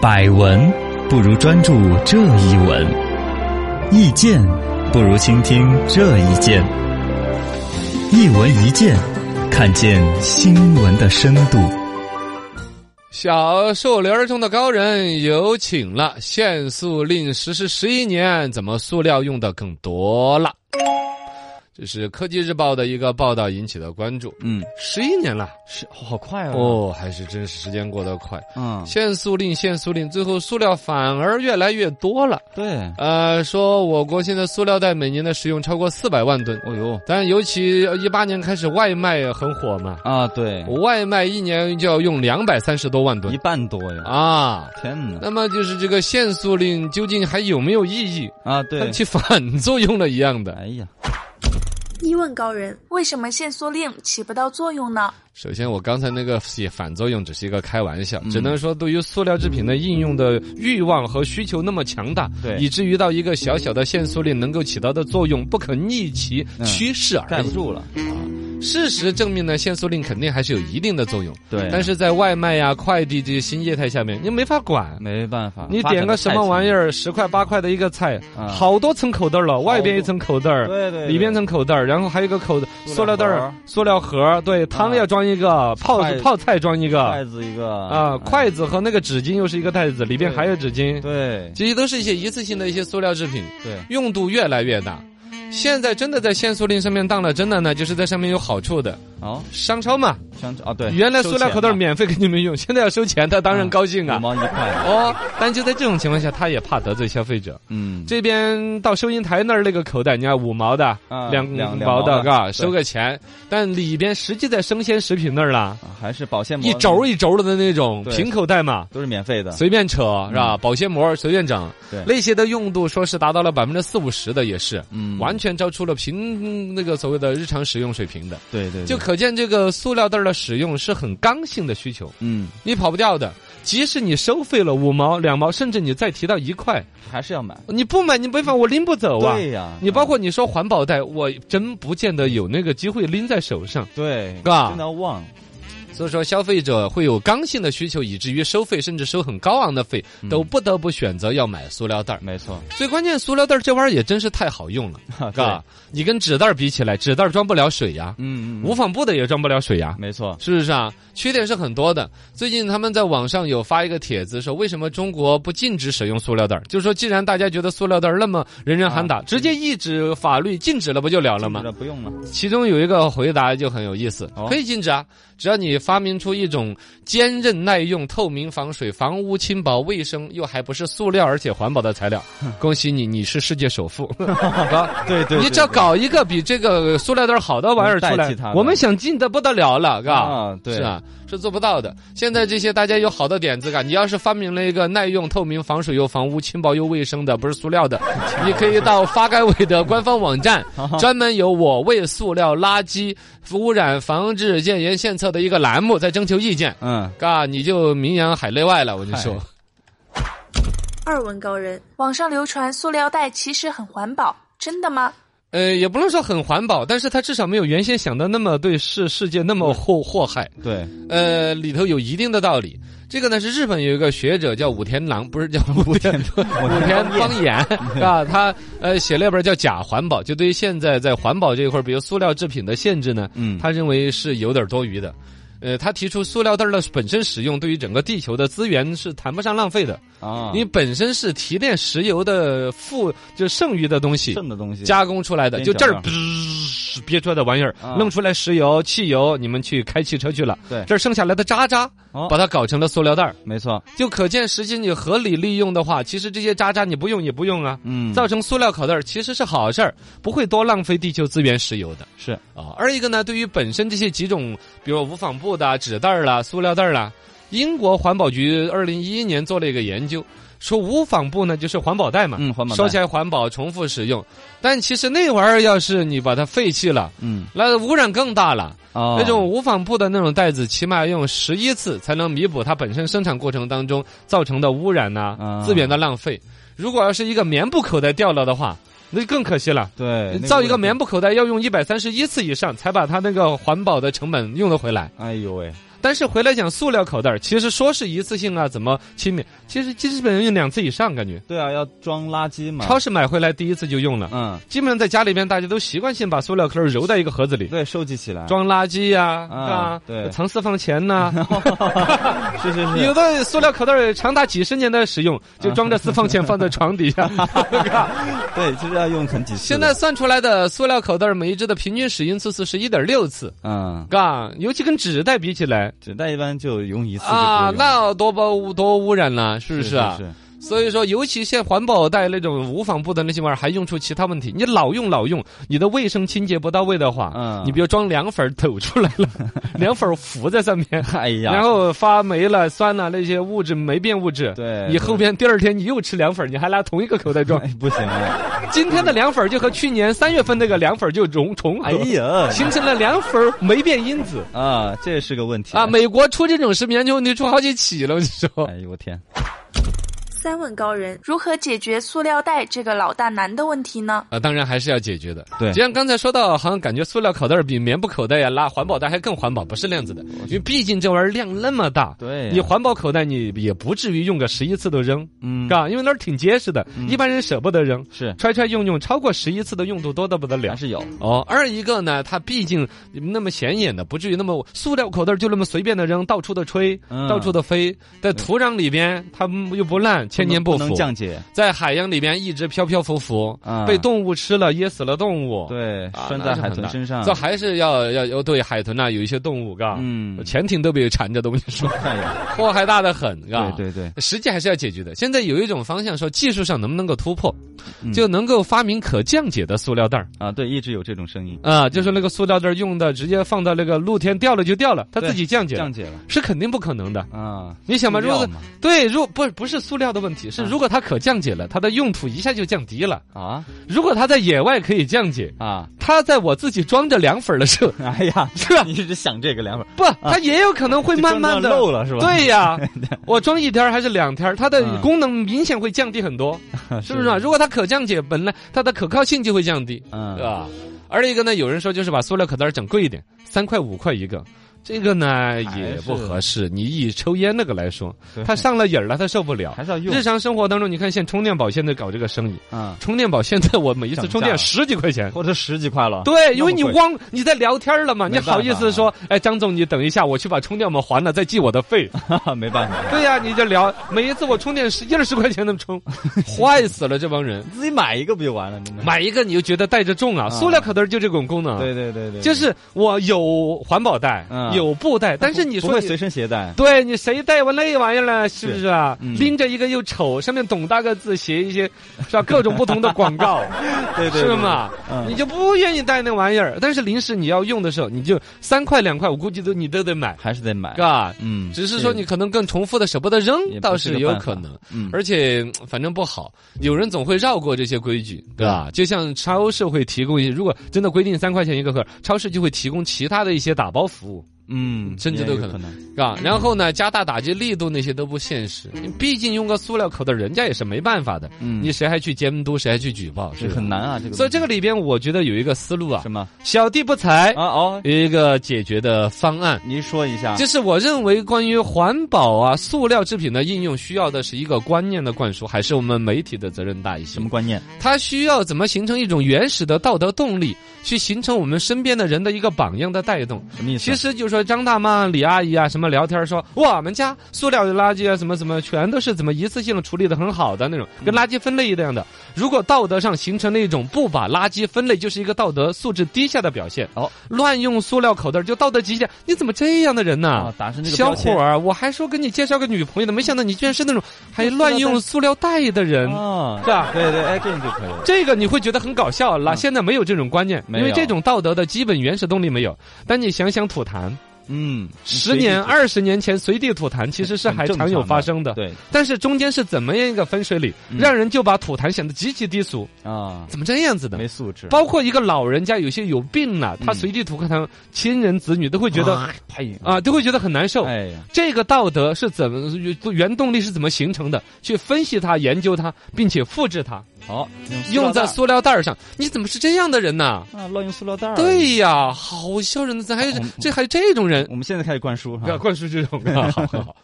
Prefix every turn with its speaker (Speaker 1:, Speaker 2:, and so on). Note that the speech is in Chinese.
Speaker 1: 百闻不如专注这一闻，意见不如倾听这一见。一闻一见，看见新闻的深度。
Speaker 2: 小树林儿中的高人有请了，限塑令实施十一年，怎么塑料用的更多了？这是科技日报的一个报道引起的关注。
Speaker 1: 嗯，
Speaker 2: 十一年了，
Speaker 1: 是好快哦。
Speaker 2: 哦，还是真是时间过得快。
Speaker 1: 嗯，
Speaker 2: 限塑令，限塑令，最后塑料反而越来越多了。
Speaker 1: 对。
Speaker 2: 呃，说我国现在塑料袋每年的使用超过四百万吨，
Speaker 1: 哦呦
Speaker 2: 但尤其一八年开始外卖很火嘛，
Speaker 1: 啊，对，
Speaker 2: 外卖一年就要用两百三十多万吨
Speaker 1: 一半多呀。
Speaker 2: 啊。
Speaker 1: 天哪！
Speaker 2: 那么就是这个限塑令究竟还有没有意义？
Speaker 1: 啊，
Speaker 2: 它
Speaker 1: 对。
Speaker 2: 起反作用了一样的。
Speaker 1: 哎呀，
Speaker 3: 一问高人，为什么限塑令起不到作用呢？
Speaker 2: 首先，我刚才那个写反作用只是一个开玩
Speaker 1: 嗯
Speaker 2: 笑，只能说对于塑料制品的应用的欲望和需求那么强大，
Speaker 1: 对
Speaker 2: 以至于到一个小小的限塑令能够起到的作用不可逆其
Speaker 1: 嗯
Speaker 2: 趋势
Speaker 1: 盖
Speaker 2: 而
Speaker 1: 不
Speaker 2: 已。
Speaker 1: 住了。
Speaker 2: 事实证明呢，限塑令肯定还是有一定的作用，
Speaker 1: 对
Speaker 2: 但是在外卖呀、快递这些新业态下面，你没法管。
Speaker 1: 没办法，
Speaker 2: 你点个什么玩意
Speaker 1: 儿？
Speaker 2: 儿，十块八块的一个菜，
Speaker 1: 啊
Speaker 2: 好多层口袋儿了，外边一层口袋儿，
Speaker 1: 对对，
Speaker 2: 里边一层口袋儿，然后还有一个口塑料袋
Speaker 1: 盒
Speaker 2: 儿
Speaker 1: 儿、啊
Speaker 2: 塑料盒儿，对，汤要装一个，泡
Speaker 1: 筷子
Speaker 2: 泡菜装一
Speaker 1: 筷
Speaker 2: 个，
Speaker 1: 子一个
Speaker 2: 啊，筷子和那个纸巾又是一个袋子，里边
Speaker 1: 对
Speaker 2: 还有纸巾，
Speaker 1: 对
Speaker 2: 这些都是一些一次性的一些塑料制品，
Speaker 1: 对，
Speaker 2: 用度越来越大。现在真的在限塑令上面当了真的呢，就是在上面有好处的，
Speaker 1: 哦，
Speaker 2: 商超嘛，
Speaker 1: 香肠啊，对，
Speaker 2: 原来塑料口袋儿免费给你们用，现在要收钱，他当然高兴
Speaker 1: 五
Speaker 2: 啊。
Speaker 1: 毛一块，
Speaker 2: 哦，但就在这种情况下，他也怕得罪消费者。
Speaker 1: 嗯，
Speaker 2: 这边到收银台那儿那个口袋，你看五毛的、
Speaker 1: 啊
Speaker 2: 两
Speaker 1: 两
Speaker 2: 毛
Speaker 1: 两毛的
Speaker 2: 的，嘎，
Speaker 1: 对
Speaker 2: 收个钱，但里边实际在生鲜食品那儿啦，
Speaker 1: 啊还是保鲜膜，
Speaker 2: 一轴儿一轴儿的那种
Speaker 1: 对
Speaker 2: 平口袋嘛，
Speaker 1: 都是免费的，
Speaker 2: 随便扯是吧？保鲜膜随便整
Speaker 1: 对，
Speaker 2: 那些的用度说是达到了百分之四五十的，也是
Speaker 1: 嗯，
Speaker 2: 完全超出了平那个所谓的日常使用水平的，
Speaker 1: 对对，对
Speaker 2: 就可见这个塑料袋儿的使用是很刚性的需求，
Speaker 1: 嗯，
Speaker 2: 你跑不掉的。即使你收费了五毛、两毛，甚至你再提到一块，
Speaker 1: 还是要买，
Speaker 2: 你不买你违法，我拎不走啊。
Speaker 1: 对呀，
Speaker 2: 你
Speaker 1: 嗯
Speaker 2: 包括你说环保袋，我真不见得有那个机会拎在手上，
Speaker 1: 对，
Speaker 2: 嘎
Speaker 1: 真的要忘，
Speaker 2: 所以说消费者会有刚性的需求，以至于收费甚至收很高昂的费，
Speaker 1: 嗯
Speaker 2: 都不得不选择要买塑料袋儿。
Speaker 1: 没错，
Speaker 2: 最关键，塑料袋儿这玩意儿也真是太好用了，
Speaker 1: 对
Speaker 2: 嘎，你跟纸袋儿比起来，纸袋儿装不了水呀，
Speaker 1: 嗯，嗯
Speaker 2: 无纺布的也装不了水呀
Speaker 1: 嗯。没错，
Speaker 2: 是不是啊？缺点是很多的。最近他们在网上有发一个帖子，说为什么中国不禁止使用塑料袋儿？就是说，既然大家觉得塑料袋儿那么人人喊打，直接一纸法律啊禁止了，不就了了吗？
Speaker 1: 这不用了，
Speaker 2: 其中有一个回答就很有意思
Speaker 1: 哦，
Speaker 2: 可以禁止啊，只要你发明出一种坚韧耐用、透明防水、房屋轻薄、卫生又还不是塑料而且环保的材 料，恭喜你，你是世界首富。啊
Speaker 1: 对对，
Speaker 2: 你
Speaker 1: 对
Speaker 2: 只要搞一个比这个塑料袋儿好的玩意儿出
Speaker 1: 代
Speaker 2: 来
Speaker 1: 替它，的
Speaker 2: 我们想禁的不得了了，
Speaker 1: 对
Speaker 2: 嘎。
Speaker 1: 啊，对
Speaker 2: 是，啊，是做不到的。现在这些大家有好的点子，嘎，你要是发明了一个耐用、透明、防水又防污、轻薄又卫生的，不是塑 料的，你可以到发改委的官方网站，专门有我为塑料垃圾污染防治建言献策的一个栏目在征求意见，
Speaker 1: 嗯，
Speaker 2: 嘎，你就名扬海内外了。我就说
Speaker 1: 嗨，
Speaker 3: 二问高人，网上流传塑料袋其实很环保，真的吗？
Speaker 2: 呃，也不能说很环保，但是它至少没有原先想的那么对世世界那么祸祸害。
Speaker 1: 对，
Speaker 2: 呃，里头有一定的道理。这个呢是日本有一个学者叫武田郎，不是叫武田武田方言 啊，他呃写了一本叫《假环保》，就对于现在在环保这一块儿，比如塑料制品的限制呢，
Speaker 1: 嗯，
Speaker 2: 他认为是有点多余的。呃，他提出塑料袋儿的本身使用对于整个地球的资源是谈不上浪费的，
Speaker 1: 啊，
Speaker 2: 你本身是提炼石油的负就剩余的东西
Speaker 1: 剩的东西
Speaker 2: 加工出来的，就这儿
Speaker 1: 变成
Speaker 2: 噗憋出来的玩意儿
Speaker 1: 啊，
Speaker 2: 弄出来石油、汽油，你们去开汽车去了，
Speaker 1: 对
Speaker 2: 这儿剩下来的渣渣
Speaker 1: 哦，
Speaker 2: 把它搞成了塑料袋儿，
Speaker 1: 没错，
Speaker 2: 就可见实际你合理利用的话，其实这些渣渣你不用也不用啊，
Speaker 1: 嗯，
Speaker 2: 造成塑料口袋儿其实是好事儿，不会多浪费地球资源石油的。
Speaker 1: 是
Speaker 2: 啊，二一个呢，对于本身这些几种，比如无纺布的啊、纸袋儿啦、塑料袋儿啦，英国环保局二零一一年做了一个研究，说无纺布呢就是环保袋嘛，
Speaker 1: 嗯环保袋
Speaker 2: 说起来环保、重复使用，但其实那玩意儿要是你把它废弃了，
Speaker 1: 嗯，
Speaker 2: 那污染更大了。
Speaker 1: 哦，
Speaker 2: 那种无纺布的那种袋子，起码用十一次才能弥补它本身生产过程当中造成的污染呐、
Speaker 1: 啊
Speaker 2: 资源的浪费。如果要是一个棉布口袋掉了的话，那就更可惜了。
Speaker 4: 哎
Speaker 1: 对，那
Speaker 2: 造一个
Speaker 1: 味道
Speaker 2: 棉布口袋要用一百三十一次以上才把它那个环保的成本用得回来。
Speaker 1: 哎呦喂，
Speaker 2: 但是回来讲塑料口袋儿，其实说是一次性啊，怎么轻免，其实基本上用两次以上，感觉
Speaker 4: 对啊，要装垃圾嘛。
Speaker 2: 超市买回来第一次就用了。
Speaker 4: 嗯，
Speaker 2: 基本上在家里边，大家都习惯性把塑料壳儿揉在一个盒子里，
Speaker 4: 对，收集起来。
Speaker 2: 装垃圾呀、啊，
Speaker 4: 啊对
Speaker 2: 藏私房钱呐、
Speaker 4: 是是 是，
Speaker 2: 有的塑料口袋儿长达几十年的使用，就装着私房钱放在床底下。
Speaker 4: 对，就是要用很几次。
Speaker 2: 现在，算出来的塑料口袋儿每一只的平均使用次数是一点六次，
Speaker 4: 嗯，
Speaker 2: 嘎，尤其跟纸袋比起来
Speaker 4: 纸袋一般就用一次就够
Speaker 2: 啊，
Speaker 4: 用
Speaker 2: 那多不多污染了，是不
Speaker 4: 是
Speaker 2: 是啊？
Speaker 4: 是
Speaker 2: 所以说，尤其像环保袋那种无纺布的那些玩意儿，还用出其他问题。你老用老用，你的卫生清洁不到位的话，
Speaker 4: 嗯
Speaker 2: 你比如装凉粉儿抖出来 了，凉粉儿浮在上面，
Speaker 4: 哎 呀，
Speaker 2: 然后发霉了、酸了那些物质霉变物质，
Speaker 4: 对
Speaker 2: 你后边第二天你又吃凉粉儿，你还拿同一个口袋 装。
Speaker 4: 哎不行啊，
Speaker 2: 今天的凉粉儿就和去年三月份那个凉粉儿就重重合
Speaker 4: 哎，呀，
Speaker 2: 形成了凉粉儿霉变因子
Speaker 4: 啊，这是个问题
Speaker 2: 啊！美国出这种食品安全问题出好几起了，我跟你说。
Speaker 4: 哎呦我天，
Speaker 3: 三问高人如何解决塑料袋这个老大难的问题呢？
Speaker 2: 啊，当然还是要解决的。
Speaker 4: 对
Speaker 2: 就像刚才说到，好像感觉塑料口袋儿比棉布口袋呀、拉环保袋还更环保，不是那样子的。因为毕竟这玩意儿量那么大，
Speaker 4: 嗯对呀啊
Speaker 2: 你环保口袋你也不至于用个十一次都扔，
Speaker 4: 嗯，
Speaker 2: 嘎、因为那儿挺结实的，一般人舍不得扔，
Speaker 4: 是
Speaker 2: 揣揣用用，超过十一次的用途多得不得了
Speaker 4: 还。是有，
Speaker 2: 哦，二一个呢，它毕竟那么显眼的，不至于那么塑料口袋儿就那么随便的扔，到处的吹，
Speaker 4: 嗯
Speaker 2: 到处的飞，在土壤里边它又不烂，千年
Speaker 4: 不
Speaker 2: 不
Speaker 4: 能
Speaker 2: 腐。
Speaker 4: 降解，
Speaker 2: 在海洋里边一直漂漂浮浮，
Speaker 4: 啊
Speaker 2: 被动物吃了，噎死了动物。
Speaker 4: 对，
Speaker 2: 啊，
Speaker 4: 拴
Speaker 2: 那
Speaker 4: 在
Speaker 2: 是
Speaker 4: 海
Speaker 2: 很
Speaker 4: 豚
Speaker 2: 难
Speaker 4: 身上
Speaker 2: 这，还是要要要对海豚呐、有一些动物，嘎，
Speaker 4: 嗯
Speaker 2: 潜艇都被缠着的，我跟你 说，
Speaker 4: 哎呀，
Speaker 2: 祸害大的很，嘎。
Speaker 4: 对对对，
Speaker 2: 实际还是要解决的。现在有一种方向说，技术上能不能够突破，
Speaker 4: 嗯
Speaker 2: 就能够发明可降解的塑料袋儿
Speaker 4: 啊，对，一直有这种声音，
Speaker 2: 啊、就是那个塑料袋儿用的，直接放到那个露天掉了就掉了，它
Speaker 4: 对
Speaker 2: 自己降解了，
Speaker 4: 降解了
Speaker 2: 是肯定不可能的。
Speaker 4: 啊，
Speaker 2: 你想嘛，如果
Speaker 4: 塑
Speaker 2: 是
Speaker 4: 料嘛
Speaker 2: 对，如果不不是塑料的问题，
Speaker 4: 嗯
Speaker 2: 是如果它可降解了，它的用途一下就降低了。
Speaker 4: 啊
Speaker 2: 如果它在野外可以降解，
Speaker 4: 啊，
Speaker 2: 它在我自己装着凉粉儿的时候，
Speaker 4: 哎呀，
Speaker 2: 是吧
Speaker 4: 你一直想这个凉粉，
Speaker 2: 不，它也有可能会
Speaker 4: 啊就
Speaker 2: 慢慢
Speaker 4: 装
Speaker 2: 的
Speaker 4: 到漏了是吧
Speaker 2: 对 呀，我装一天儿还是两天儿，它的
Speaker 4: 嗯
Speaker 2: 功能明显会降低很多，是不是啊？如果它可降解，本来它的可靠性就会降低，
Speaker 4: 嗯
Speaker 2: 对吧？而一个呢，有人说就是把塑料口袋儿整贵一点，三块五块一个。这个呢也不合适，你以抽烟那个来说，
Speaker 4: 对
Speaker 2: 它上了瘾儿了，它受不了
Speaker 4: 还。是要用
Speaker 2: 日，常生活当中，你看现在充电宝现在搞这个生意，
Speaker 4: 啊，
Speaker 2: 充电宝现在我每一次
Speaker 4: 涨价
Speaker 2: 充电
Speaker 4: 了
Speaker 2: 十几块钱，
Speaker 4: 或者十几块了，
Speaker 2: 对，因为
Speaker 4: 啊那
Speaker 2: 你
Speaker 4: 么贵
Speaker 2: 忘你在聊天儿了嘛，
Speaker 4: 没啊
Speaker 2: 你好意思说，哎，张总，你等一下，我去把充电宝还了，再记我的 费。
Speaker 4: 没办法，
Speaker 2: 对呀、你就聊，每一次我充电十一二十块钱那么 充，坏死了这帮人。
Speaker 4: 自己买一个不就完了？真的，
Speaker 2: 买一个你就觉得带着重啊，
Speaker 4: 啊
Speaker 2: 塑料口袋儿就这种功能啊，
Speaker 4: 对对对对，
Speaker 2: 就是我有环保袋，
Speaker 4: 嗯
Speaker 2: 有布袋，但是你
Speaker 4: 不
Speaker 2: 说
Speaker 4: 会
Speaker 2: 你
Speaker 4: 随身携带，
Speaker 2: 对你谁带我那玩意儿了，是不是啊？
Speaker 4: 嗯
Speaker 2: 拎着一个又丑，上面董大个字写一些，是吧？各种不同的广 告，
Speaker 4: 对对，
Speaker 2: 是
Speaker 4: 对
Speaker 2: 吗？
Speaker 4: 嗯
Speaker 2: 你就不愿意带那玩意儿，但是临时你要用的时候，你就三块两块，我估计都你都得买，
Speaker 4: 还是得买
Speaker 2: 是，吧？
Speaker 4: 嗯，
Speaker 2: 只是说你可能更重复的舍不得扔，
Speaker 4: 也
Speaker 2: 倒
Speaker 4: 不是
Speaker 2: 是
Speaker 4: 个
Speaker 2: 有
Speaker 4: 办法
Speaker 2: 可能。
Speaker 4: 嗯
Speaker 2: 而且嗯反正不好，有人总会绕过这些规矩，对吧？就像超市会提供一，如果真的规定三块钱一个盒，超市就会提供其他的一些打包服务，
Speaker 4: 嗯，
Speaker 2: 甚至都
Speaker 4: 也有
Speaker 2: 可能
Speaker 4: 可能。
Speaker 2: 是吧？然后呢，加大打击力度那些都不现实，你毕竟用个塑料口袋，人家也是没办法的，
Speaker 4: 嗯
Speaker 2: 你谁还去监督，谁还去举报，是
Speaker 4: 这
Speaker 2: 吧
Speaker 4: 很难啊，这个
Speaker 2: 所以这
Speaker 4: 个
Speaker 2: 个里边，我觉得有一个思路啊
Speaker 4: 什，么
Speaker 2: 小弟不才
Speaker 4: 啊哦，
Speaker 2: 有一个解决的方案，
Speaker 4: 您说一下，
Speaker 2: 就是我认为关于环保啊、塑料制品的应用，需要的是一个观念的灌输，还是我们媒体的责任大一些
Speaker 4: 什么？观念？
Speaker 2: 它需要怎么形成一种原始的道德动力，去形成我们身边的人的一个榜样的带动。
Speaker 4: 什么意思？
Speaker 2: 其实就说张大妈、李阿姨啊，什么聊天说我们家塑料的垃圾啊，什么什么，全都是怎么一次性处理的很好的那种，
Speaker 4: 嗯
Speaker 2: 跟垃圾分类一样的。如果道德上形成了一种不把垃圾分类，就是一个道德素质低下的表现。
Speaker 4: 哦，
Speaker 2: 乱用塑料口袋就道德极限，你怎么这样的人呢、
Speaker 4: 啊，打上这个
Speaker 2: 小
Speaker 4: 标
Speaker 2: 伙
Speaker 4: 签
Speaker 2: 儿，我还说跟你介绍个女朋友呢，没想到你居然是那种还乱用塑料袋的人。
Speaker 4: 啊，
Speaker 2: 是吧
Speaker 4: 对对，哎，这样就可以了。
Speaker 2: 这个你会觉得很搞笑啦，现在没有这种观念，
Speaker 4: 嗯没
Speaker 2: 因
Speaker 4: 有
Speaker 2: 为这种道德的基本原始动力没有。但你想想吐痰，
Speaker 4: 嗯，
Speaker 2: 十年、
Speaker 4: 随
Speaker 2: 二十年前随地吐痰，其实是
Speaker 4: 很
Speaker 2: 还
Speaker 4: 正
Speaker 2: 常有
Speaker 4: 常
Speaker 2: 发
Speaker 4: 的
Speaker 2: 生的。
Speaker 4: 地对
Speaker 2: 但是中间是怎么样一个分水岭，
Speaker 4: 嗯
Speaker 2: 让人就把吐痰显得极其低俗？
Speaker 4: 啊，
Speaker 2: 怎么这样子的
Speaker 4: 没？素质，
Speaker 2: 包括一个老人家，有些有病了，他
Speaker 4: 嗯
Speaker 2: 随地吐个痰，亲人子女都会觉得
Speaker 4: 呸
Speaker 2: 啊，都会觉得很难受。
Speaker 4: 哎呀，
Speaker 2: 这个道德是怎么原动力是怎么形成的？去分析它、研究它，并且复制它。
Speaker 4: 好，
Speaker 2: 用在
Speaker 4: 塑
Speaker 2: 塑料袋儿上。你怎么是这样的人呢？
Speaker 4: 料袋儿啊，乱用塑料袋儿。，
Speaker 2: 对呀，好笑人的，咱还有这
Speaker 4: 恐怖嗯
Speaker 2: 这还有这种人，
Speaker 4: 我们现在开始灌输哈。
Speaker 2: 灌输这种啊，好好好。